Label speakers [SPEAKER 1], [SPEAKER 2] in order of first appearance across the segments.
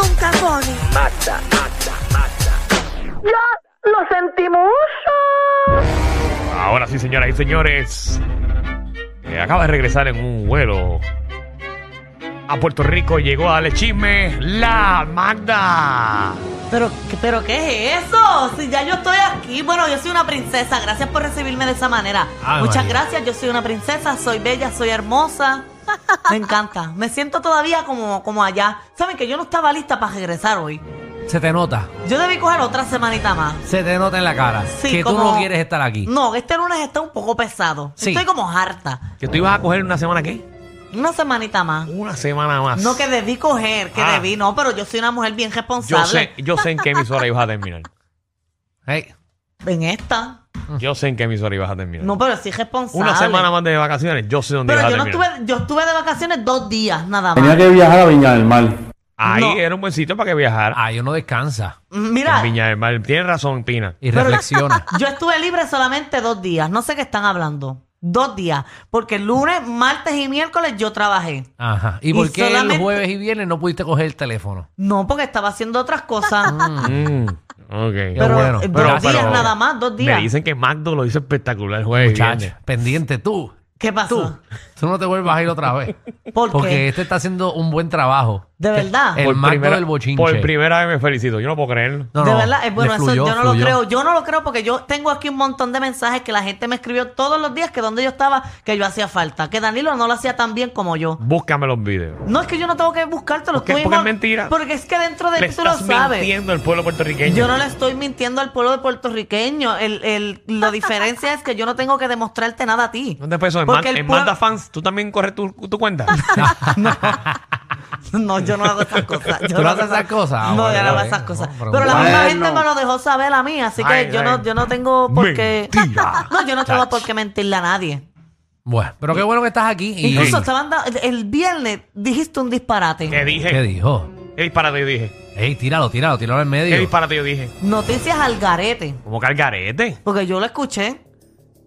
[SPEAKER 1] Tony.
[SPEAKER 2] Mata, mata, mata.
[SPEAKER 1] ¡Ya lo sentimos!
[SPEAKER 3] Ahora sí, señoras y señores. eh, acaba de regresar en un vuelo a Puerto Rico. Llegó a darle chisme la Magda.
[SPEAKER 4] Pero, pero ¿qué es eso? Si ya yo estoy aquí, bueno, yo soy una princesa. Gracias por recibirme de esa manera.
[SPEAKER 3] Ay,
[SPEAKER 4] Muchas
[SPEAKER 3] Ah, María.
[SPEAKER 4] gracias, yo soy una princesa, soy bella, soy hermosa. Me encanta. Me siento todavía como, como allá. Saben que yo no estaba lista para regresar hoy.
[SPEAKER 5] Se te nota,
[SPEAKER 4] Yo debí coger otra semanita más.
[SPEAKER 5] se te nota en la cara
[SPEAKER 4] Sí,
[SPEAKER 5] que tú
[SPEAKER 4] como-
[SPEAKER 5] no quieres estar aquí.
[SPEAKER 4] No, este lunes está un poco pesado.
[SPEAKER 5] Sí.
[SPEAKER 4] Estoy como harta.
[SPEAKER 3] ¿Que tú ibas a coger una semana qué?
[SPEAKER 4] Una semanita más.
[SPEAKER 3] Una semana más.
[SPEAKER 4] No que debí coger, que
[SPEAKER 3] Ah.
[SPEAKER 4] debí, no, pero yo soy una mujer bien responsable.
[SPEAKER 3] yo sé, yo sé en qué emisora ibas a terminar.
[SPEAKER 5] Hey,
[SPEAKER 4] En esta.
[SPEAKER 3] Yo sé en qué emisora ibas a terminar.
[SPEAKER 4] No, pero sí responsable.
[SPEAKER 3] una semana más de vacaciones, yo sé dónde
[SPEAKER 4] Pero
[SPEAKER 3] ibas
[SPEAKER 4] yo
[SPEAKER 3] a
[SPEAKER 4] no
[SPEAKER 3] terminar.
[SPEAKER 4] estuve, yo estuve de vacaciones dos días nada más.
[SPEAKER 6] Tenía que viajar a Viña del Mar.
[SPEAKER 3] Ahí
[SPEAKER 4] No.
[SPEAKER 3] era un buen sitio para que viajar. Ah,
[SPEAKER 5] ay, uno descansa
[SPEAKER 3] En
[SPEAKER 4] Mm, Mira,
[SPEAKER 3] Viña del Mar. Tienes razón, Pina.
[SPEAKER 5] y reflexiona.
[SPEAKER 4] yo estuve libre solamente dos días. No sé qué están hablando. Dos días. Porque el lunes, martes y miércoles yo trabajé.
[SPEAKER 5] Ajá. ¿Y
[SPEAKER 4] Y
[SPEAKER 5] por qué
[SPEAKER 4] solamente-
[SPEAKER 5] el jueves y viernes no pudiste coger el teléfono?
[SPEAKER 4] No, porque estaba haciendo otras cosas.
[SPEAKER 3] Mm, ok.
[SPEAKER 4] Ah. pero
[SPEAKER 5] bueno.
[SPEAKER 4] eh, dos
[SPEAKER 5] Pero-
[SPEAKER 4] días
[SPEAKER 5] pero-
[SPEAKER 4] nada más, dos
[SPEAKER 3] Me
[SPEAKER 4] días.
[SPEAKER 3] dicen que Magdo lo hizo espectacular, jueves. y
[SPEAKER 5] Muchacho,
[SPEAKER 3] viernes.
[SPEAKER 5] pendiente tú.
[SPEAKER 4] ¿Qué pasó?
[SPEAKER 5] Tú no te vuelvas a ir otra vez.
[SPEAKER 4] Ah. ¿Por
[SPEAKER 5] Porque
[SPEAKER 4] qué?
[SPEAKER 5] este está haciendo un buen trabajo.
[SPEAKER 4] De verdad.
[SPEAKER 5] El Magdo
[SPEAKER 3] primera-
[SPEAKER 5] del bochinche.
[SPEAKER 3] Por primera vez me felicito. Yo no puedo creerlo.
[SPEAKER 5] No,
[SPEAKER 4] de
[SPEAKER 5] no,
[SPEAKER 4] verdad, eh,
[SPEAKER 5] le
[SPEAKER 4] bueno, eso
[SPEAKER 5] fluyó,
[SPEAKER 4] yo no
[SPEAKER 5] fluyó.
[SPEAKER 4] lo creo. Yo no lo creo porque yo tengo aquí un montón de mensajes que la gente me escribió todos los días que donde yo estaba, que yo hacía falta. Que Danilo no lo hacía tan bien como yo.
[SPEAKER 3] Búscame los videos.
[SPEAKER 4] No es que yo no tengo que buscártelo.
[SPEAKER 3] Porque-
[SPEAKER 4] tú
[SPEAKER 3] porque
[SPEAKER 4] mismo-
[SPEAKER 3] es mentira.
[SPEAKER 4] Porque es que dentro de
[SPEAKER 3] Le
[SPEAKER 4] ti tú lo
[SPEAKER 3] estás
[SPEAKER 4] sabes.
[SPEAKER 3] mintiendo al pueblo puertorriqueño.
[SPEAKER 4] Yo no le estoy mintiendo al pueblo de puertorriqueño. El, el, la diferencia es que yo no tengo que demostrarte nada a ti.
[SPEAKER 3] ¿Dónde fue eso? En,
[SPEAKER 4] Porque
[SPEAKER 3] Man-
[SPEAKER 4] el
[SPEAKER 3] en
[SPEAKER 4] pueblo-
[SPEAKER 3] Manda Fans, ¿tú también corres tu, tu cuenta?
[SPEAKER 4] No, yo no hago esas cosas. Yo
[SPEAKER 5] ¿Tú no haces esas cosas? Ah,
[SPEAKER 4] No, yo
[SPEAKER 5] bueno,
[SPEAKER 4] no hago
[SPEAKER 5] bueno,
[SPEAKER 4] esas cosas.
[SPEAKER 5] no,
[SPEAKER 4] pero
[SPEAKER 5] pero
[SPEAKER 4] la
[SPEAKER 6] bueno.
[SPEAKER 4] misma gente me lo dejó saber a mí, así que
[SPEAKER 3] Ay,
[SPEAKER 4] yo,
[SPEAKER 3] ay.
[SPEAKER 4] No, yo no tengo por qué.
[SPEAKER 3] Mentira.
[SPEAKER 4] No, yo no tengo
[SPEAKER 3] Chacho.
[SPEAKER 4] por qué mentirle a nadie.
[SPEAKER 5] Bueno, pero qué bueno que estás aquí. Y,
[SPEAKER 4] Incluso estaban da- el, el viernes dijiste un disparate.
[SPEAKER 3] ¿Qué dije?
[SPEAKER 5] ¿Qué dijo?
[SPEAKER 3] ¿Qué disparate yo dije?
[SPEAKER 5] Ey, tíralo, tíralo, tíralo al
[SPEAKER 3] ¿Qué
[SPEAKER 5] medio.
[SPEAKER 3] disparate yo dije?
[SPEAKER 4] Noticias al garete.
[SPEAKER 3] Como cargarete.
[SPEAKER 4] Porque yo lo escuché.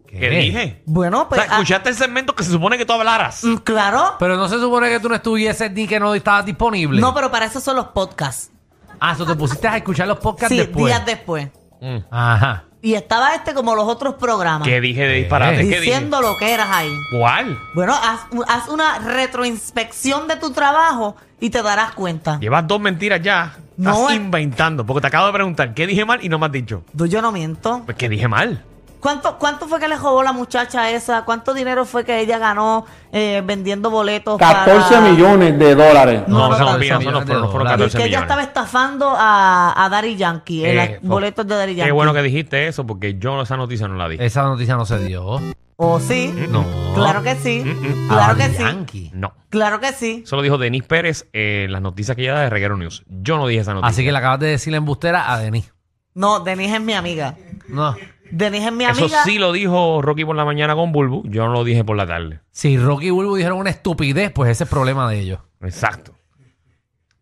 [SPEAKER 3] ¿Qué, dije?
[SPEAKER 4] Bueno,
[SPEAKER 3] O
[SPEAKER 4] pues.
[SPEAKER 3] sea, escuchaste el segmento que se supone que tú hablaras.
[SPEAKER 4] ah, mm, claro.
[SPEAKER 5] Pero no se supone que tú no estuvieses ni que no estabas disponible.
[SPEAKER 4] No, pero para eso son los podcasts.
[SPEAKER 5] Ah, ¿so te pusiste a escuchar los podcasts
[SPEAKER 4] sí,
[SPEAKER 5] después.
[SPEAKER 4] días después.
[SPEAKER 3] Mm.
[SPEAKER 5] Ajá.
[SPEAKER 4] Y estaba este como los otros programas.
[SPEAKER 3] ¿Qué dije de disparate? ¿Qué dije?
[SPEAKER 4] diciendo lo que eras ahí.
[SPEAKER 3] ¿Cuál?
[SPEAKER 4] Bueno, haz, haz una retroinspección de tu trabajo y te darás cuenta.
[SPEAKER 3] Llevas dos mentiras ya.
[SPEAKER 4] No,
[SPEAKER 3] Estás
[SPEAKER 4] eh.
[SPEAKER 3] inventando. Porque te acabo de preguntar qué dije mal y no me has dicho.
[SPEAKER 4] No, Yo no miento.
[SPEAKER 3] Pues que dije mal.
[SPEAKER 4] ¿Cuánto, ¿Cuánto fue que le robó la muchacha esa? ¿Cuánto dinero fue que ella ganó eh, vendiendo boletos?
[SPEAKER 6] 14
[SPEAKER 4] para-
[SPEAKER 6] millones de dólares.
[SPEAKER 4] No,
[SPEAKER 3] No,
[SPEAKER 4] no,
[SPEAKER 3] no, no,
[SPEAKER 4] no,
[SPEAKER 3] no,
[SPEAKER 5] no,
[SPEAKER 3] fueron-
[SPEAKER 5] no,
[SPEAKER 3] no fueron
[SPEAKER 5] no,
[SPEAKER 4] Y
[SPEAKER 3] 14
[SPEAKER 4] que ella
[SPEAKER 3] millones.
[SPEAKER 4] estaba estafando a, a Daddy Yankee, en
[SPEAKER 3] Eh,
[SPEAKER 4] los boletos de Daddy Yankee.
[SPEAKER 3] Qué bueno que dijiste eso porque yo esa noticia no la dije.
[SPEAKER 5] Esa noticia no se dio.
[SPEAKER 4] ¿O Oh, sí?
[SPEAKER 3] Eh, No.
[SPEAKER 4] Claro que sí.
[SPEAKER 3] Mm,
[SPEAKER 4] Claro
[SPEAKER 5] Ah,
[SPEAKER 4] que sí.
[SPEAKER 5] Yankee.
[SPEAKER 3] No.
[SPEAKER 4] Claro que sí.
[SPEAKER 3] Eso lo dijo Denise Pérez en las noticias que ella da de Reguero News. Yo no dije esa noticia.
[SPEAKER 5] Así que le acabas de decir la embustera a Denis.
[SPEAKER 4] No, Denise es mi amiga.
[SPEAKER 5] No.
[SPEAKER 4] Denise es mi
[SPEAKER 3] Eso
[SPEAKER 4] amiga.
[SPEAKER 3] sí lo dijo Rocky por la mañana con Bulbu. Yo no lo dije por la tarde.
[SPEAKER 5] Si Rocky y Bulbo dijeron una estupidez, pues ese es problema de ellos.
[SPEAKER 3] Exacto.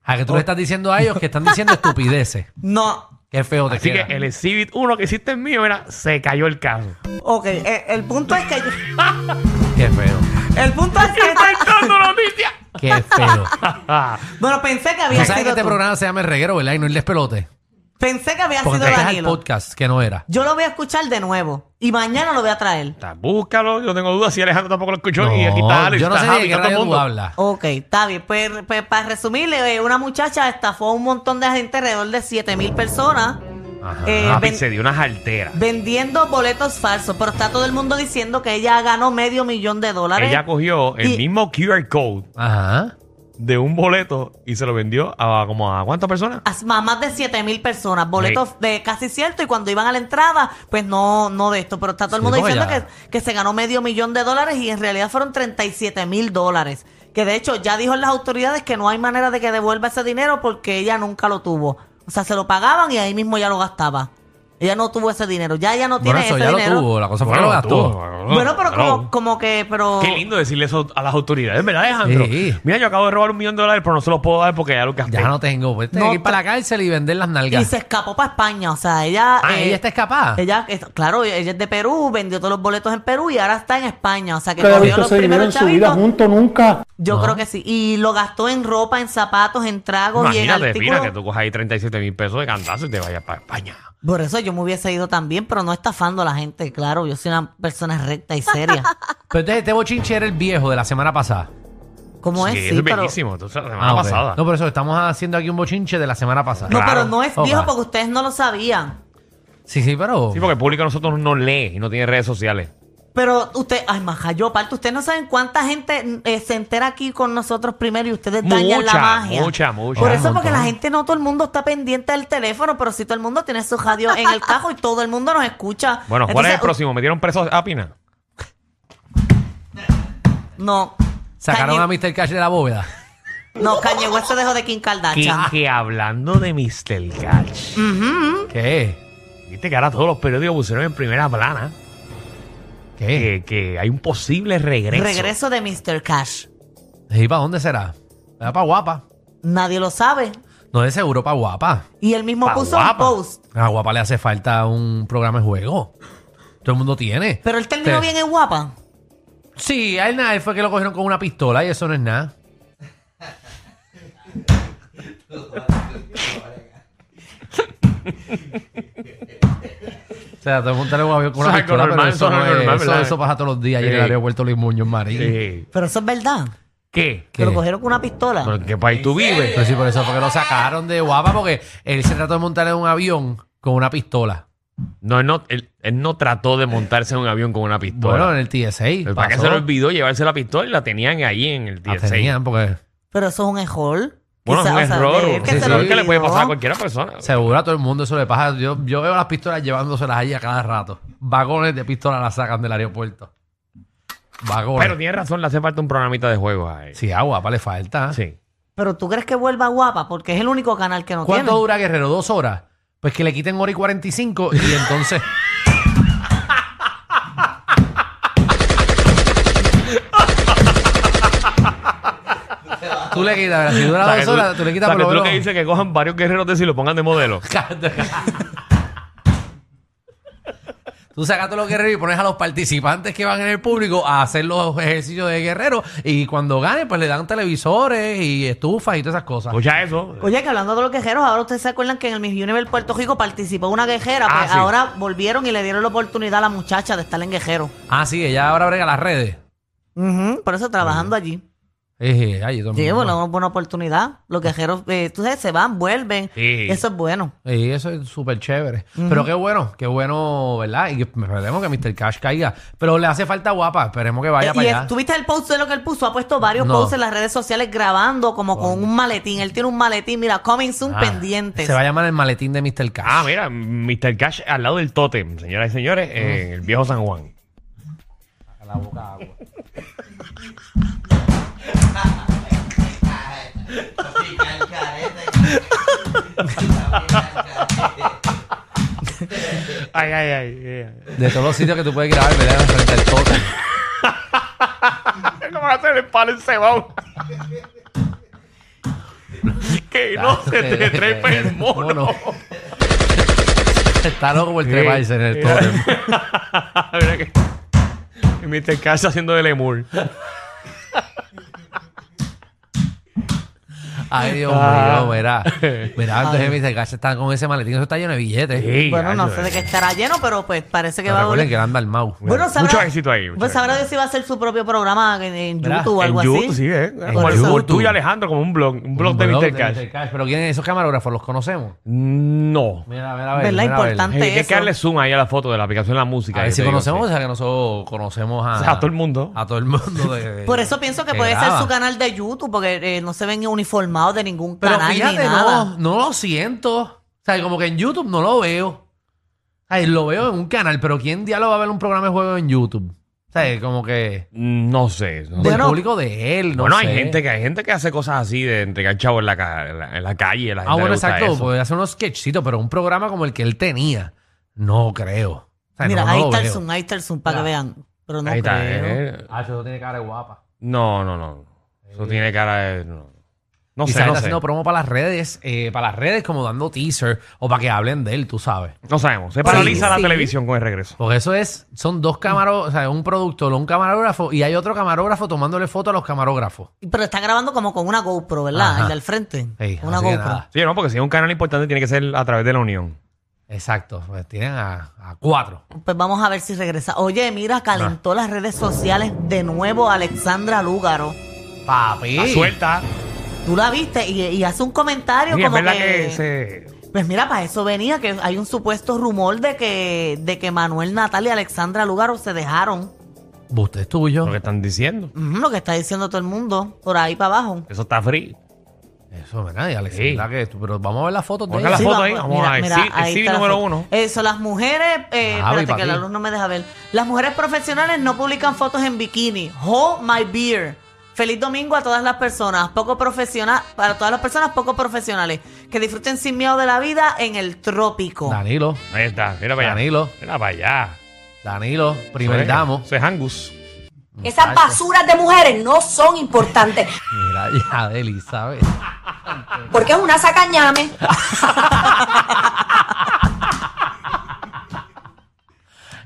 [SPEAKER 5] A
[SPEAKER 4] Oh.
[SPEAKER 5] que tú le estás diciendo a ellos que están diciendo estupideces.
[SPEAKER 4] No.
[SPEAKER 5] Qué feo te
[SPEAKER 3] Así
[SPEAKER 5] queda.
[SPEAKER 3] que el exhibit 1 que hiciste en mío era se cayó el caso.
[SPEAKER 4] Ok, eh, el, punto es que yo-
[SPEAKER 5] Qué feo.
[SPEAKER 4] El punto es que...
[SPEAKER 3] ¡Inventando noticias!
[SPEAKER 5] Qué feo.
[SPEAKER 3] Ah,
[SPEAKER 4] bueno, pensé que había
[SPEAKER 5] ¿Tú sabes que
[SPEAKER 4] sido
[SPEAKER 5] este
[SPEAKER 4] tú.
[SPEAKER 5] programa se llama El Reguero, ¿verdad? Y no el despelote.
[SPEAKER 4] Pensé que había
[SPEAKER 5] Porque
[SPEAKER 4] sido
[SPEAKER 5] este es el
[SPEAKER 4] Danilo.
[SPEAKER 5] podcast que no era.
[SPEAKER 4] Yo lo voy a escuchar de nuevo. Y mañana lo voy a traer.
[SPEAKER 3] Está, búscalo, yo tengo dudas si Alejandro tampoco lo escuchó y aquí está
[SPEAKER 5] No,
[SPEAKER 3] Alex,
[SPEAKER 5] yo no
[SPEAKER 3] está
[SPEAKER 5] sé
[SPEAKER 3] Javi,
[SPEAKER 5] ni de qué
[SPEAKER 3] está todo el
[SPEAKER 5] radio tú
[SPEAKER 3] mundo.
[SPEAKER 5] hablas.
[SPEAKER 4] Ok, está bien. Pues, pues, para resumirle, eh, una muchacha estafó a un montón de gente, alrededor de 7 mil personas,
[SPEAKER 5] Ajá.
[SPEAKER 4] Eh,
[SPEAKER 3] Javi,
[SPEAKER 4] ven-
[SPEAKER 3] se dio unas alteras.
[SPEAKER 4] vendiendo boletos falsos. Pero está todo el mundo diciendo que ella ganó medio millón de dólares.
[SPEAKER 3] Ella cogió el
[SPEAKER 4] Y-
[SPEAKER 3] mismo QR code
[SPEAKER 5] Ajá.
[SPEAKER 3] de un boleto y se lo vendió a como a cuántas personas?
[SPEAKER 4] A más más de 7 mil personas, boletos de casi cierto, y cuando iban a la entrada, pues no, no de esto, pero está todo el
[SPEAKER 5] Sí,
[SPEAKER 4] mundo
[SPEAKER 5] porque
[SPEAKER 4] diciendo que,
[SPEAKER 5] ya-
[SPEAKER 4] que se ganó medio millón de dólares y en realidad fueron 37 mil dólares. Que de hecho ya dijo las autoridades que no hay manera de que devuelva ese dinero porque ella nunca lo tuvo. O sea, se lo pagaban y ahí mismo ya lo gastaba. Ella no tuvo ese dinero. Ya ella no
[SPEAKER 5] Bueno,
[SPEAKER 4] tiene
[SPEAKER 5] eso
[SPEAKER 4] ese
[SPEAKER 5] ya
[SPEAKER 4] dinero.
[SPEAKER 5] lo tuvo. La cosa fue que
[SPEAKER 3] Bueno,
[SPEAKER 5] lo gastó.
[SPEAKER 3] tú,
[SPEAKER 4] Bueno, pero
[SPEAKER 3] claro.
[SPEAKER 4] como, como que, pero.
[SPEAKER 3] Qué lindo decirle eso a las autoridades, ¿verdad, Alejandro?
[SPEAKER 5] Sí.
[SPEAKER 3] Mira, yo acabo de robar un millón de dólares, pero no se los puedo dar porque ya lo gasté.
[SPEAKER 5] Ya no tengo. Pues tengo
[SPEAKER 4] No,
[SPEAKER 5] que ir para la cárcel y vender las
[SPEAKER 4] Y
[SPEAKER 5] nalgas.
[SPEAKER 4] se escapó para España. O sea, ella.
[SPEAKER 5] Ah,
[SPEAKER 4] eh,
[SPEAKER 5] ella está escapada.
[SPEAKER 4] Ella, es- claro, ella es de Perú, vendió todos los boletos en Perú y ahora está en España. O sea, que
[SPEAKER 6] Nunca había
[SPEAKER 4] cogió
[SPEAKER 6] visto
[SPEAKER 4] los
[SPEAKER 6] ese dinero en
[SPEAKER 4] primeros
[SPEAKER 6] su vida
[SPEAKER 4] chavitos.
[SPEAKER 6] junto nunca.
[SPEAKER 4] Yo
[SPEAKER 5] No.
[SPEAKER 3] Ah.
[SPEAKER 4] creo que sí. Y lo gastó en ropa, en zapatos, en tragos y en
[SPEAKER 3] Imagínate,
[SPEAKER 4] artículos.
[SPEAKER 3] Pina, que tú cojas ahí 37 mil pesos de cantazo y te vayas para España.
[SPEAKER 4] Por eso yo me hubiese ido también, pero no estafando a la gente, claro. Yo soy una persona recta y seria.
[SPEAKER 5] Pero entonces este bochinche era el viejo de la semana pasada.
[SPEAKER 4] ¿Cómo
[SPEAKER 3] sí,
[SPEAKER 4] es?
[SPEAKER 3] eso
[SPEAKER 4] Sí,
[SPEAKER 3] es
[SPEAKER 4] pero...
[SPEAKER 3] bellísimo. Tú sabes, la semana
[SPEAKER 5] Ah, ok.
[SPEAKER 3] pasada.
[SPEAKER 5] No, por eso estamos haciendo aquí un bochinche de la semana pasada.
[SPEAKER 4] No,
[SPEAKER 3] Claro.
[SPEAKER 4] pero no es
[SPEAKER 5] Ok.
[SPEAKER 4] viejo porque ustedes no lo sabían.
[SPEAKER 5] Sí, sí, pero.
[SPEAKER 3] Sí, porque el público de nosotros no lee y no tiene redes sociales.
[SPEAKER 4] Pero usted, ay, maja, yo aparte, ustedes no saben cuánta gente eh, se entera aquí con nosotros primero y ustedes dañan la
[SPEAKER 3] Mucha,
[SPEAKER 4] magia.
[SPEAKER 3] mucha, mucha.
[SPEAKER 4] Por
[SPEAKER 5] Un
[SPEAKER 4] eso, porque
[SPEAKER 5] montón.
[SPEAKER 4] la gente no todo el mundo está pendiente del teléfono, pero sí todo el mundo tiene su radio en el cajo y todo el mundo nos escucha.
[SPEAKER 3] Bueno, ¿cuál
[SPEAKER 4] Entonces,
[SPEAKER 3] es el próximo? ¿Metieron presos a Pina?
[SPEAKER 4] No.
[SPEAKER 5] Sacaron
[SPEAKER 4] Kanye-
[SPEAKER 5] a Mr. Cash de la bóveda.
[SPEAKER 4] No, Kanye West se dejó de Kim
[SPEAKER 3] Que,
[SPEAKER 4] Kardashian.
[SPEAKER 3] que hablando de Mr. Catch.
[SPEAKER 5] Mm. ¿Qué?
[SPEAKER 3] Viste que ahora todos los periódicos pusieron en primera plana
[SPEAKER 5] ¿Qué?
[SPEAKER 3] que, que hay un posible regreso.
[SPEAKER 4] Regreso de Mr. Cash.
[SPEAKER 5] ¿Y para dónde será? ¿Para guapa?
[SPEAKER 4] Nadie lo sabe.
[SPEAKER 5] No, de seguro para guapa.
[SPEAKER 4] Y él mismo
[SPEAKER 3] Pa'
[SPEAKER 4] puso
[SPEAKER 3] guapa.
[SPEAKER 4] un post.
[SPEAKER 5] A guapa le hace falta un programa de juego. Todo el mundo tiene.
[SPEAKER 4] Pero él terminó
[SPEAKER 5] Sí.
[SPEAKER 4] bien en guapa.
[SPEAKER 5] Sí, a él nada, él fue que lo cogieron con una pistola y eso no es nada. O sea, te montar un avión con
[SPEAKER 3] Eso
[SPEAKER 5] una
[SPEAKER 3] es algo
[SPEAKER 5] pistola,
[SPEAKER 3] normal,
[SPEAKER 5] pero eso,
[SPEAKER 3] eso es
[SPEAKER 5] no es-
[SPEAKER 3] normal,
[SPEAKER 5] eso,
[SPEAKER 3] ¿verdad?
[SPEAKER 5] eso pasa todos los días allá en
[SPEAKER 3] Sí.
[SPEAKER 5] el aeropuerto Luis Muñoz Marín.
[SPEAKER 3] Eh,
[SPEAKER 4] Pero eso es verdad.
[SPEAKER 3] ¿Qué?
[SPEAKER 4] Que lo
[SPEAKER 5] ¿Qué?
[SPEAKER 4] cogieron con una pistola.
[SPEAKER 3] ¿Pero ¿En qué país tú vives?
[SPEAKER 5] Pero Pues sí, por eso fue que lo sacaron de guapa porque él se trató de montar en un avión con una pistola.
[SPEAKER 3] No, él no, él, él no trató de montarse en un avión con una pistola.
[SPEAKER 5] Bueno, en el TSA.
[SPEAKER 3] Pero ¿Para qué
[SPEAKER 5] pasó.
[SPEAKER 3] se le olvidó llevarse la pistola y la tenían ahí en el
[SPEAKER 5] La
[SPEAKER 3] 16?
[SPEAKER 5] tenían porque
[SPEAKER 4] Pero eso es un error.
[SPEAKER 3] Bueno, es
[SPEAKER 4] Quizá,
[SPEAKER 3] un
[SPEAKER 4] o sea,
[SPEAKER 3] error.
[SPEAKER 4] de él
[SPEAKER 3] un
[SPEAKER 4] que
[SPEAKER 5] sí,
[SPEAKER 4] se
[SPEAKER 5] sí.
[SPEAKER 4] lo
[SPEAKER 3] error que le puede
[SPEAKER 4] olvidó.
[SPEAKER 3] pasar a cualquier persona.
[SPEAKER 5] seguro a todo el mundo eso le pasa. Yo, yo veo las pistolas llevándoselas ahí a cada rato. Vagones de pistola las sacan del aeropuerto. Vagones.
[SPEAKER 3] Pero tiene razón, le hace falta un programita de juegos a él.
[SPEAKER 5] Sí, a guapa le falta.
[SPEAKER 3] Sí.
[SPEAKER 4] Pero tú crees que vuelva guapa porque es el único canal que no
[SPEAKER 5] ¿Cuánto
[SPEAKER 4] tiene.
[SPEAKER 5] dura Guerrero? ¿Dos horas? Pues que le quiten hora y 45 y entonces. tú le quitas, ¿verdad? si dura
[SPEAKER 3] O sea, que
[SPEAKER 5] dos horas, tú le quitas
[SPEAKER 3] o sea,
[SPEAKER 5] por
[SPEAKER 3] que
[SPEAKER 5] lo
[SPEAKER 3] tú lo que
[SPEAKER 5] menos.
[SPEAKER 3] dices es que cojan varios guerreros de sí y lo pongan de modelo.
[SPEAKER 5] Tú sacas a todos los guerreros y pones a los participantes que van en el público a hacer los ejercicios de guerrero y cuando ganen pues le dan televisores y estufas y todas esas cosas.
[SPEAKER 3] Escucha eso.
[SPEAKER 4] Oye, que hablando de los quejeros, ahora ustedes se acuerdan que en el Miss Universe Puerto Rico participó una quejera.
[SPEAKER 3] Ah,
[SPEAKER 4] pues
[SPEAKER 3] sí.
[SPEAKER 4] ahora volvieron y le dieron la oportunidad a la muchacha de estar en quejero.
[SPEAKER 5] Ah, sí, ella ahora brega las redes.
[SPEAKER 4] Ujú, por eso trabajando allí.
[SPEAKER 5] Eje, ay, todo el
[SPEAKER 4] Sí,
[SPEAKER 5] mundo.
[SPEAKER 4] bueno, una buena oportunidad. Los quejeros, eh, tú sabes, se van, vuelven.
[SPEAKER 3] Sí.
[SPEAKER 4] Eso es bueno.
[SPEAKER 5] Y eso es súper chévere. Pero qué bueno, qué bueno, ¿verdad? Y que esperemos que Mr. Cash caiga. Pero le hace falta guapa. Esperemos que vaya
[SPEAKER 4] Eh, y
[SPEAKER 5] para allá.
[SPEAKER 4] es- tuviste el post de lo que él puso. Ha puesto varios
[SPEAKER 5] No.
[SPEAKER 4] posts en las redes sociales grabando como con un maletín. Él tiene un maletín, mira, coming soon
[SPEAKER 5] Ah,
[SPEAKER 4] pendientes.
[SPEAKER 5] Se va a llamar el maletín de Mr. Cash.
[SPEAKER 3] Ah, mira, Mr. Cash al lado del tótem, señoras y señores,
[SPEAKER 5] Mm.
[SPEAKER 3] en el viejo San Juan.
[SPEAKER 5] La boca agua.
[SPEAKER 3] Ay, ay, ay. ay.
[SPEAKER 5] De todos los sitios que tú puedes grabar, ¿verdad? Frente al toque.
[SPEAKER 3] ¿Cómo va a hacer el palo encebado? que no se te trepe el mono.
[SPEAKER 5] Está loco por
[SPEAKER 3] Sí.
[SPEAKER 5] treparse en el toque.
[SPEAKER 3] Mira que... y Mr. Cash haciendo de lemur.
[SPEAKER 5] Ay, Dios
[SPEAKER 3] Ah.
[SPEAKER 5] mío, verá. Verá, entonces Mr. Cash está con ese maletín. Eso está lleno de billetes.
[SPEAKER 3] Sí,
[SPEAKER 4] bueno, no
[SPEAKER 3] gacho,
[SPEAKER 4] sé de
[SPEAKER 3] eh.
[SPEAKER 4] qué estará lleno, pero pues parece que
[SPEAKER 5] Pero
[SPEAKER 4] va a
[SPEAKER 5] recuerden
[SPEAKER 4] volver.
[SPEAKER 5] que le anda al mouse.
[SPEAKER 4] Bueno,
[SPEAKER 3] Mucho éxito ahí, mucho
[SPEAKER 4] Pues sabrá
[SPEAKER 3] éxito.
[SPEAKER 4] Dios si va a hacer su propio programa en, en
[SPEAKER 5] ¿Verdad?
[SPEAKER 4] YouTube o algo
[SPEAKER 3] en YouTube,
[SPEAKER 4] así.
[SPEAKER 3] sí, ¿eh? Como
[SPEAKER 4] Por
[SPEAKER 3] el
[SPEAKER 4] eso.
[SPEAKER 3] como el tuyo, Alejandro, como un blog, un blog de Mr. Cash.
[SPEAKER 5] Pero ¿quiénes esos camarógrafos? ¿Los conocemos?
[SPEAKER 3] No.
[SPEAKER 5] Mira, mira,
[SPEAKER 4] ¿Verdad?
[SPEAKER 5] mira,
[SPEAKER 4] Importante.
[SPEAKER 3] Hey, hay
[SPEAKER 4] eso.
[SPEAKER 3] que darle zoom ahí a la foto de la aplicación de la música.
[SPEAKER 5] A ver si
[SPEAKER 3] yo te digo,
[SPEAKER 5] conocemos, o
[SPEAKER 3] sí.
[SPEAKER 5] sea que nosotros conocemos a,
[SPEAKER 3] O sea, a todo el mundo.
[SPEAKER 5] A todo el mundo. de- de-
[SPEAKER 4] Por eso pienso que puede ser
[SPEAKER 5] graba.
[SPEAKER 4] su canal de YouTube, porque eh, no se ven uniformados de ningún
[SPEAKER 5] Pero
[SPEAKER 4] canal
[SPEAKER 5] fíjate,
[SPEAKER 4] ni nada.
[SPEAKER 5] no, no lo siento. O sea, como que en YouTube no lo veo. Ay, lo veo en un canal, pero ¿quién diablo va a ver un programa de juego en YouTube? O sea, como que
[SPEAKER 3] No sé.
[SPEAKER 5] del
[SPEAKER 3] no sé.
[SPEAKER 4] Bueno.
[SPEAKER 5] público de él, no
[SPEAKER 3] bueno,
[SPEAKER 5] sé.
[SPEAKER 3] hay gente que hay gente que hace cosas así de entregar chavos en la, ca- en la- en la calle. La gente
[SPEAKER 5] Ah, bueno,
[SPEAKER 3] le gusta
[SPEAKER 5] exacto,
[SPEAKER 3] eso.
[SPEAKER 5] puede hacer unos sketchcitos, pero un programa como el que él tenía. No creo. O sea,
[SPEAKER 4] Mira,
[SPEAKER 5] no- no
[SPEAKER 4] ahí
[SPEAKER 5] lo
[SPEAKER 4] está el
[SPEAKER 5] veo.
[SPEAKER 4] Zoom, ahí está el Zoom para que vean. Pero no
[SPEAKER 3] Ahí está.
[SPEAKER 4] creo.
[SPEAKER 3] eh.
[SPEAKER 5] Ah, eso tiene cara de guapa.
[SPEAKER 3] No, no, no. Eso tiene cara de. No, no
[SPEAKER 5] Quizás
[SPEAKER 3] sé, no
[SPEAKER 5] está
[SPEAKER 3] sé.
[SPEAKER 5] haciendo promo para las redes, eh, para las redes como dando teaser o para que hablen de él, tú sabes.
[SPEAKER 3] No sabemos. Se paraliza la
[SPEAKER 4] sí.
[SPEAKER 3] televisión con el regreso.
[SPEAKER 5] Porque eso es, son dos camarógrafos, o sea, un productor, un camarógrafo y hay otro camarógrafo tomándole foto a los camarógrafos.
[SPEAKER 4] Pero está grabando como con una GoPro, ¿verdad?
[SPEAKER 5] Ajá.
[SPEAKER 4] El del frente.
[SPEAKER 5] Ey,
[SPEAKER 4] una
[SPEAKER 5] así que
[SPEAKER 4] GoPro.
[SPEAKER 5] nada.
[SPEAKER 3] Sí, no, porque si es un canal importante, tiene que ser a través de la Unión.
[SPEAKER 5] Exacto, pues tienen a, a cuatro.
[SPEAKER 4] Pues vamos a ver si regresa. Oye, mira, calentó las redes sociales de nuevo Alexandra Lúgaro.
[SPEAKER 5] Papi.
[SPEAKER 3] La suelta.
[SPEAKER 4] Tú la viste y, y hace un comentario
[SPEAKER 3] Y es
[SPEAKER 4] como
[SPEAKER 3] verdad
[SPEAKER 4] que...
[SPEAKER 3] que se.
[SPEAKER 4] Pues mira, para eso venía que hay un supuesto rumor de que, de que Manuel Natal y Alexandra Lúgaro se dejaron.
[SPEAKER 5] Usted es tuyo.
[SPEAKER 3] Lo que están diciendo.
[SPEAKER 4] Ujú, lo que está diciendo todo el mundo, por ahí para abajo.
[SPEAKER 3] Eso está free.
[SPEAKER 5] Eso, ¿verdad? Y Alex,
[SPEAKER 3] Sí.
[SPEAKER 5] ¿verdad que tú- pero vamos a ver las fotos de
[SPEAKER 3] Ponga
[SPEAKER 5] ella.
[SPEAKER 3] la foto ahí, vamos a exhi- exhibir
[SPEAKER 4] está la
[SPEAKER 3] número
[SPEAKER 4] foto.
[SPEAKER 3] uno. Ah,
[SPEAKER 4] Eso, las mujeres, eh,
[SPEAKER 5] Javi,
[SPEAKER 4] espérate
[SPEAKER 5] pa'
[SPEAKER 4] que la
[SPEAKER 5] ti.
[SPEAKER 4] luz no me deja ver. Las mujeres profesionales no publican fotos en bikini. Hold my beer. Feliz domingo a todas las personas, poco profesional, para todas las personas poco profesionales, que disfruten sin miedo de la vida en el trópico.
[SPEAKER 5] Danilo,
[SPEAKER 3] Ahí está. Mira para allá.
[SPEAKER 5] Danilo,
[SPEAKER 3] Mira para allá.
[SPEAKER 5] Danilo,
[SPEAKER 3] Eso
[SPEAKER 5] primer
[SPEAKER 3] es-
[SPEAKER 5] damo.
[SPEAKER 3] Eso es Angus.
[SPEAKER 7] Esas basuras de mujeres no son importantes,
[SPEAKER 5] Mira ya de Elizabeth.
[SPEAKER 7] porque es una sacañame.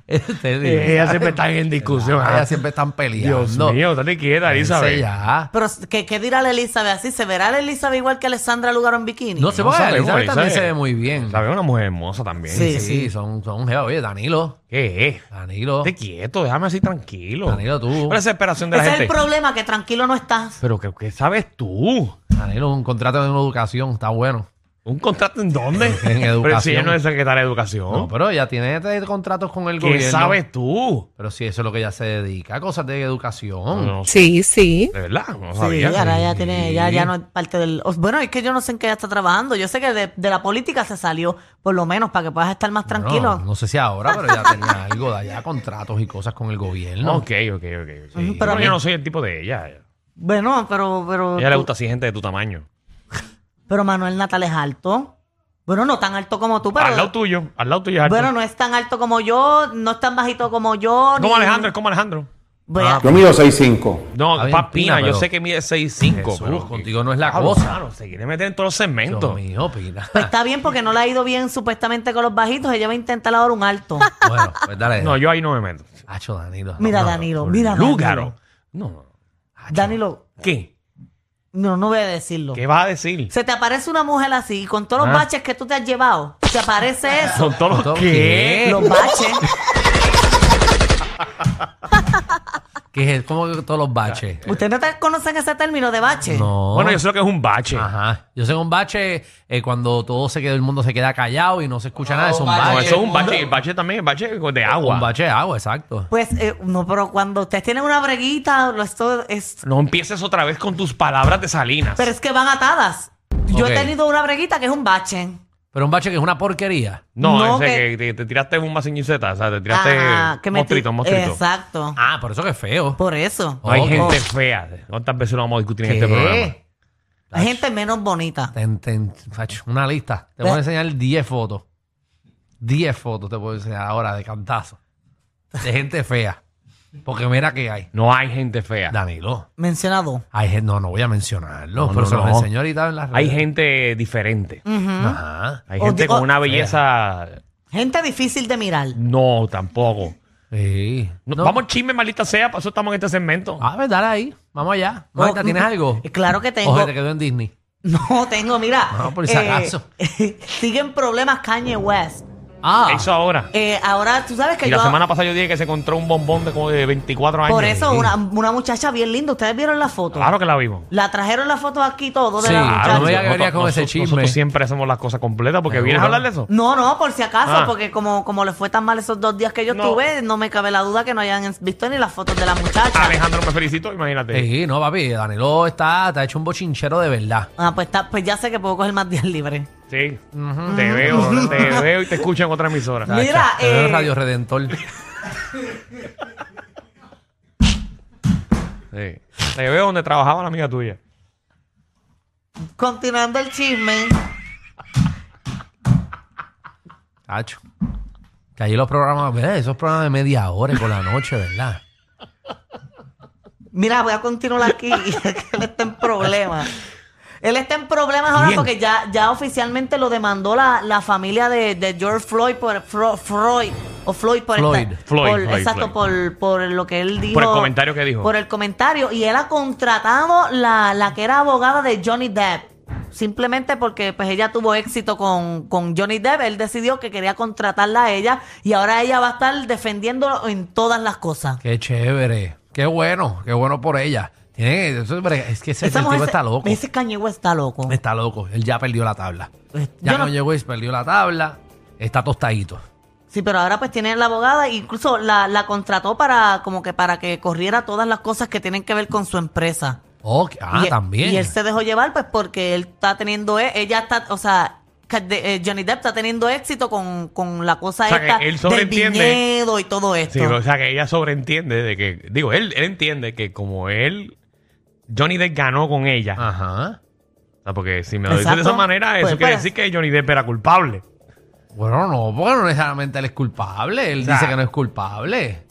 [SPEAKER 5] Este es
[SPEAKER 3] Eh, Ella
[SPEAKER 5] Elizabeth.
[SPEAKER 3] siempre está en discusión. Ah,
[SPEAKER 5] Ellas siempre están peleando.
[SPEAKER 3] Dios mío, estate quieta,
[SPEAKER 5] Cállense
[SPEAKER 3] Elizabeth.
[SPEAKER 5] ya.
[SPEAKER 4] Pero, ¿qué, ¿qué dirá la Elizabeth? ¿Así se verá la Elizabeth igual que Alessandra Lugaro en bikini?
[SPEAKER 5] No se
[SPEAKER 3] No
[SPEAKER 5] puede,
[SPEAKER 3] sabemos,
[SPEAKER 5] Elizabeth también
[SPEAKER 3] Elizabeth.
[SPEAKER 5] se ve muy bien.
[SPEAKER 3] Elizabeth es una mujer hermosa también.
[SPEAKER 4] Sí.
[SPEAKER 5] Sí, son, son geos. Oye, Danilo,
[SPEAKER 3] ¿Qué es?
[SPEAKER 5] Danilo,
[SPEAKER 3] Esté quieto, déjame así tranquilo.
[SPEAKER 5] Danilo, tú.
[SPEAKER 3] La desesperación de
[SPEAKER 4] Ese
[SPEAKER 3] la
[SPEAKER 4] es el
[SPEAKER 3] gente.
[SPEAKER 4] problema, que tranquilo no estás.
[SPEAKER 3] Pero ¿qué, qué sabes tú?
[SPEAKER 5] Danilo, un contrato de educación, está bueno.
[SPEAKER 3] ¿Un contrato en dónde?
[SPEAKER 5] En
[SPEAKER 3] Pero si ella
[SPEAKER 5] educación.
[SPEAKER 3] no es secretaria de educación.
[SPEAKER 5] No, pero ya tiene este contratos con el
[SPEAKER 3] ¿Qué
[SPEAKER 5] gobierno.
[SPEAKER 3] sabes tú?
[SPEAKER 5] Pero si eso es lo que ella se dedica, a cosas de educación.
[SPEAKER 3] Sí, sí. De verdad, no
[SPEAKER 4] Sí,
[SPEAKER 3] sabía.
[SPEAKER 4] ahora ya
[SPEAKER 5] Sí.
[SPEAKER 4] tiene, ya, ya no es parte del. o- Bueno, es que yo no sé en qué ella está trabajando. Yo sé que de, de la política se salió, por lo menos, para que puedas estar más
[SPEAKER 5] Bueno,
[SPEAKER 4] tranquilo.
[SPEAKER 5] No, sé si ahora, pero ya tenía algo de allá, contratos y cosas con el gobierno.
[SPEAKER 3] Ok, ok, ok. ok.
[SPEAKER 4] Ujú, pero a
[SPEAKER 3] No,
[SPEAKER 4] mí-
[SPEAKER 3] yo no soy el tipo de ella. A
[SPEAKER 4] Bueno, pero, pero.
[SPEAKER 3] ella le gusta así gente de tu tamaño.
[SPEAKER 4] Pero Manuel Natal es alto. Bueno, no tan alto como tú, pero.
[SPEAKER 3] al lado tuyo, al lado tuyo es alto.
[SPEAKER 4] Bueno, no es tan alto como yo, no es tan bajito como yo.
[SPEAKER 3] como
[SPEAKER 4] ni-
[SPEAKER 3] Alejandro, Ah, es como Alejandro.
[SPEAKER 4] Voy a-
[SPEAKER 6] Yo mido 6'5.
[SPEAKER 3] No,
[SPEAKER 5] Está bien
[SPEAKER 3] papina,
[SPEAKER 5] pina,
[SPEAKER 3] yo
[SPEAKER 5] pero-
[SPEAKER 3] sé que mide
[SPEAKER 5] Jesús,
[SPEAKER 3] 6'5. pero-
[SPEAKER 5] contigo no es la
[SPEAKER 3] Pablo,
[SPEAKER 5] cosa.
[SPEAKER 3] mano, se quiere meter en todos los
[SPEAKER 5] Dios
[SPEAKER 3] segmentos.
[SPEAKER 5] mío, pina.
[SPEAKER 4] Pues está bien porque no le ha ido bien supuestamente con los bajitos. Ella va a intentar ahora un alto.
[SPEAKER 5] Bueno, pues dale.
[SPEAKER 3] No, yo ahí no me meto.
[SPEAKER 5] Hacho, Danilo. no,
[SPEAKER 4] Mira,
[SPEAKER 5] no, no.
[SPEAKER 4] Danilo, mira, Danilo.
[SPEAKER 3] Lúgaro. No, no.
[SPEAKER 4] Danilo,
[SPEAKER 3] ¿Qué?
[SPEAKER 4] no, no voy a decirlo.
[SPEAKER 3] ¿Qué vas a decir?
[SPEAKER 4] Se te aparece una mujer así, y con todos los
[SPEAKER 3] Ah.
[SPEAKER 4] baches que tú te has llevado, te aparece eso.
[SPEAKER 3] Son todos los
[SPEAKER 5] ¿Todo
[SPEAKER 3] que.
[SPEAKER 5] qué?
[SPEAKER 4] Los baches.
[SPEAKER 5] ¿Qué es? ¿Cómo que todos los baches?
[SPEAKER 4] ¿Ustedes no te conocen ese término de bache?
[SPEAKER 5] No. Ah,
[SPEAKER 3] Bueno, yo sé lo que es un bache.
[SPEAKER 5] Ajá. Yo sé que un bache eh, cuando todo se queda, el mundo se queda callado y no se escucha nada. Eso es un
[SPEAKER 3] No,
[SPEAKER 5] bache.
[SPEAKER 3] eso es un bache. El bache también, el bache de agua.
[SPEAKER 5] Un bache de agua, exacto.
[SPEAKER 4] Pues, eh, no, pero cuando ustedes tienen una breguita, lo- esto es.
[SPEAKER 3] No empieces otra vez con tus palabras de Salinas.
[SPEAKER 4] Pero es que van atadas. Yo he
[SPEAKER 5] Ok.
[SPEAKER 4] tenido una breguita que es un bache.
[SPEAKER 5] Pero un bache que es una porquería.
[SPEAKER 3] no,
[SPEAKER 4] no,
[SPEAKER 3] ese
[SPEAKER 4] que-
[SPEAKER 3] que, te, te tiraste un maciñiceta, o sea, te tiraste
[SPEAKER 4] Ajá, que me
[SPEAKER 3] mostrito,
[SPEAKER 4] ti-
[SPEAKER 3] mostrito.
[SPEAKER 4] Exacto.
[SPEAKER 5] Ah, por eso que es feo.
[SPEAKER 4] Por eso.
[SPEAKER 5] Oh,
[SPEAKER 3] Hay
[SPEAKER 5] Oh.
[SPEAKER 3] gente fea. ¿Cuántas veces lo vamos a discutir en
[SPEAKER 5] ¿Qué?
[SPEAKER 3] este programa?
[SPEAKER 4] Hay gente menos bonita.
[SPEAKER 5] Ten- ten- facho, una lista. Te
[SPEAKER 4] Ve-
[SPEAKER 5] voy a enseñar 10 fotos. 10 fotos te puedo enseñar ahora de cantazo. De gente fea. Porque mira que hay.
[SPEAKER 3] No hay gente fea.
[SPEAKER 5] Danilo.
[SPEAKER 4] Menciona dos.
[SPEAKER 5] Hay gente, no, no voy a mencionarlo.
[SPEAKER 3] No,
[SPEAKER 5] pero
[SPEAKER 3] no,
[SPEAKER 5] se los
[SPEAKER 3] no.
[SPEAKER 5] enseño ahorita en las redes.
[SPEAKER 3] Hay gente diferente.
[SPEAKER 4] Ujú.
[SPEAKER 5] Ajá.
[SPEAKER 3] Hay
[SPEAKER 4] Mm, O
[SPEAKER 3] gente
[SPEAKER 4] digo-
[SPEAKER 3] con una belleza.
[SPEAKER 4] Gente difícil de mirar.
[SPEAKER 3] No, tampoco.
[SPEAKER 5] Sí.
[SPEAKER 3] No,
[SPEAKER 5] No. Ah.
[SPEAKER 3] Vamos al chisme, maldita sea. Por eso estamos en este segmento.
[SPEAKER 5] A ver, dale ahí. Vamos allá. Marta,
[SPEAKER 4] Oh,
[SPEAKER 5] ¿tienes
[SPEAKER 3] mm,
[SPEAKER 5] algo?
[SPEAKER 4] eh, Claro que tengo.
[SPEAKER 5] O se te quedó en Disney.
[SPEAKER 4] No, tengo, mira. Eh,
[SPEAKER 5] No, por si acaso.
[SPEAKER 4] siguen problemas Kanye West.
[SPEAKER 5] Ah.
[SPEAKER 3] Eso ahora.
[SPEAKER 4] Eh, ahora, tú sabes que
[SPEAKER 3] Y
[SPEAKER 4] yo.
[SPEAKER 3] la semana pasada yo dije que se encontró un bombón de como de 24 años.
[SPEAKER 4] Por eso, una, una muchacha bien linda. Ustedes vieron la foto.
[SPEAKER 3] Claro que la vimos.
[SPEAKER 4] La trajeron la foto aquí todo de
[SPEAKER 5] Sí,
[SPEAKER 4] la
[SPEAKER 5] claro,
[SPEAKER 4] muchacha.
[SPEAKER 5] Ah, no me diga que venía con ese
[SPEAKER 3] nosotros-
[SPEAKER 5] chisme.
[SPEAKER 3] Nosotros siempre hacemos las cosas completas porque
[SPEAKER 5] Seguro.
[SPEAKER 3] vienes a hablar de eso.
[SPEAKER 4] No, no, por si acaso,
[SPEAKER 3] Ah.
[SPEAKER 4] porque como, como le fue tan mal esos dos días que yo
[SPEAKER 3] No.
[SPEAKER 4] estuve, no me cabe la duda que no hayan visto ni las fotos de la muchacha.
[SPEAKER 3] Alejandro me felicito, imagínate.
[SPEAKER 5] Sí, no, papi. Danilo está, está hecho un bochinchero de verdad.
[SPEAKER 4] Ah, pues, está- pues ya sé que puedo coger más días libres.
[SPEAKER 3] Sí. Te veo, te veo y te escucho en otra emisora.
[SPEAKER 4] Mira,
[SPEAKER 5] Chacha, te veo en
[SPEAKER 4] eh,
[SPEAKER 5] Radio Redentor.
[SPEAKER 3] Sí. Te veo donde trabajaba la amiga tuya.
[SPEAKER 4] Continuando el chisme,
[SPEAKER 5] Chacho. Que allí los programas, ¿verdad? esos programas de media hora y por la noche, ¿verdad?
[SPEAKER 4] Mira, voy a continuar aquí. que él está en problemas. Él está en problemas ahora
[SPEAKER 5] Bien.
[SPEAKER 4] porque ya, ya oficialmente lo demandó la, la familia de, de George Floyd por Fro- Freud. O Floyd por
[SPEAKER 5] Floyd,
[SPEAKER 3] Floyd,
[SPEAKER 4] por-
[SPEAKER 3] Floyd,
[SPEAKER 4] Exacto, Por, por lo que él dijo.
[SPEAKER 3] Por el comentario que dijo.
[SPEAKER 4] Por el comentario. Y él ha contratado la, la que era abogada de Johnny Depp. Simplemente porque pues ella tuvo éxito con, con Johnny Depp. Él decidió que quería contratarla a ella. Y ahora ella va a estar defendiéndolo en todas las cosas.
[SPEAKER 5] Qué chévere. Qué bueno, qué bueno por ella. Tiene, eso- pero es que ese,
[SPEAKER 4] Esa
[SPEAKER 5] el tipo
[SPEAKER 4] mujer se-
[SPEAKER 5] está loco.
[SPEAKER 4] Ese Kanye West está loco.
[SPEAKER 5] Está loco. Él ya perdió la tabla.
[SPEAKER 4] Pues,
[SPEAKER 5] Ya
[SPEAKER 4] yo
[SPEAKER 5] no
[SPEAKER 4] no-
[SPEAKER 5] llegó y perdió la tabla. Está tostadito.
[SPEAKER 4] Sí, pero ahora pues tiene la abogada, incluso la, la contrató para como que para que corriera todas las cosas que tienen que ver con su empresa.
[SPEAKER 5] Ok, Ah,
[SPEAKER 4] Y- e-
[SPEAKER 5] también.
[SPEAKER 4] Y él se dejó llevar pues porque él está teniendo, e- ella está, o sea, Ca- de- eh, Johnny Depp está teniendo éxito con, con la cosa
[SPEAKER 3] O sea, que
[SPEAKER 4] esta
[SPEAKER 3] él
[SPEAKER 4] del
[SPEAKER 3] sobreentiende.
[SPEAKER 4] viñedo y todo esto.
[SPEAKER 3] Sí, o sea que ella sobreentiende de que, digo, él, él entiende que como él, Johnny Depp ganó con ella.
[SPEAKER 5] Ah. Ajá.
[SPEAKER 3] O sea, porque si me lo dices de
[SPEAKER 4] Exacto.
[SPEAKER 3] esa manera, eso
[SPEAKER 4] Pues,
[SPEAKER 3] quiere
[SPEAKER 4] pues.
[SPEAKER 3] decir que Johnny Depp era culpable.
[SPEAKER 5] Bueno, no, porque no necesariamente él es culpable. Él
[SPEAKER 3] O sea-
[SPEAKER 5] dice que no es culpable.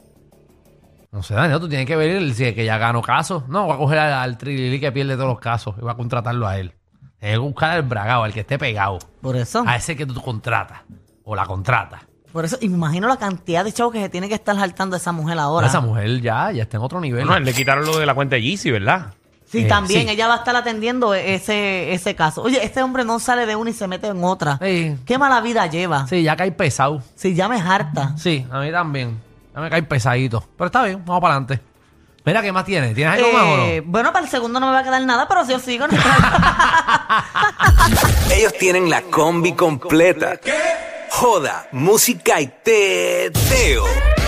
[SPEAKER 5] No sé, Daniel, tú tienes que ver él dice que ya ganó casos. No, va a coger al, al Trilili que pierde todos los casos y va a contratarlo a él. Tienes que buscar al bragado, al que esté pegado.
[SPEAKER 4] Por eso,
[SPEAKER 3] Oh.
[SPEAKER 5] A ese que tú contratas o la contratas.
[SPEAKER 4] por eso, y me imagino la cantidad de chavos que se tiene que estar saltando esa mujer ahora.
[SPEAKER 5] Esa mujer ya, ya está en otro nivel.
[SPEAKER 3] Bueno, le quitaron lo de la cuenta de Yeezy, ¿verdad?
[SPEAKER 4] Sí,
[SPEAKER 5] Eh,
[SPEAKER 4] también
[SPEAKER 5] sí.
[SPEAKER 4] ella va a estar atendiendo e-, ese, ese caso. Oye, este hombre no sale de una y se mete en otra.
[SPEAKER 5] Sí.
[SPEAKER 4] Qué mala vida lleva.
[SPEAKER 5] Sí, ya cae pesado.
[SPEAKER 4] Si ya me harta.
[SPEAKER 5] Sí, a mí también. Ya me cae pesadito. Pero está bien, vamos para adelante. Mira, ¿qué más tienes? ¿Tienes algo más o no?
[SPEAKER 4] Eh, bueno, para el segundo no me va a quedar nada, pero si yo sigo. no-
[SPEAKER 2] Ellos tienen la combi completa. Joda, música y teo.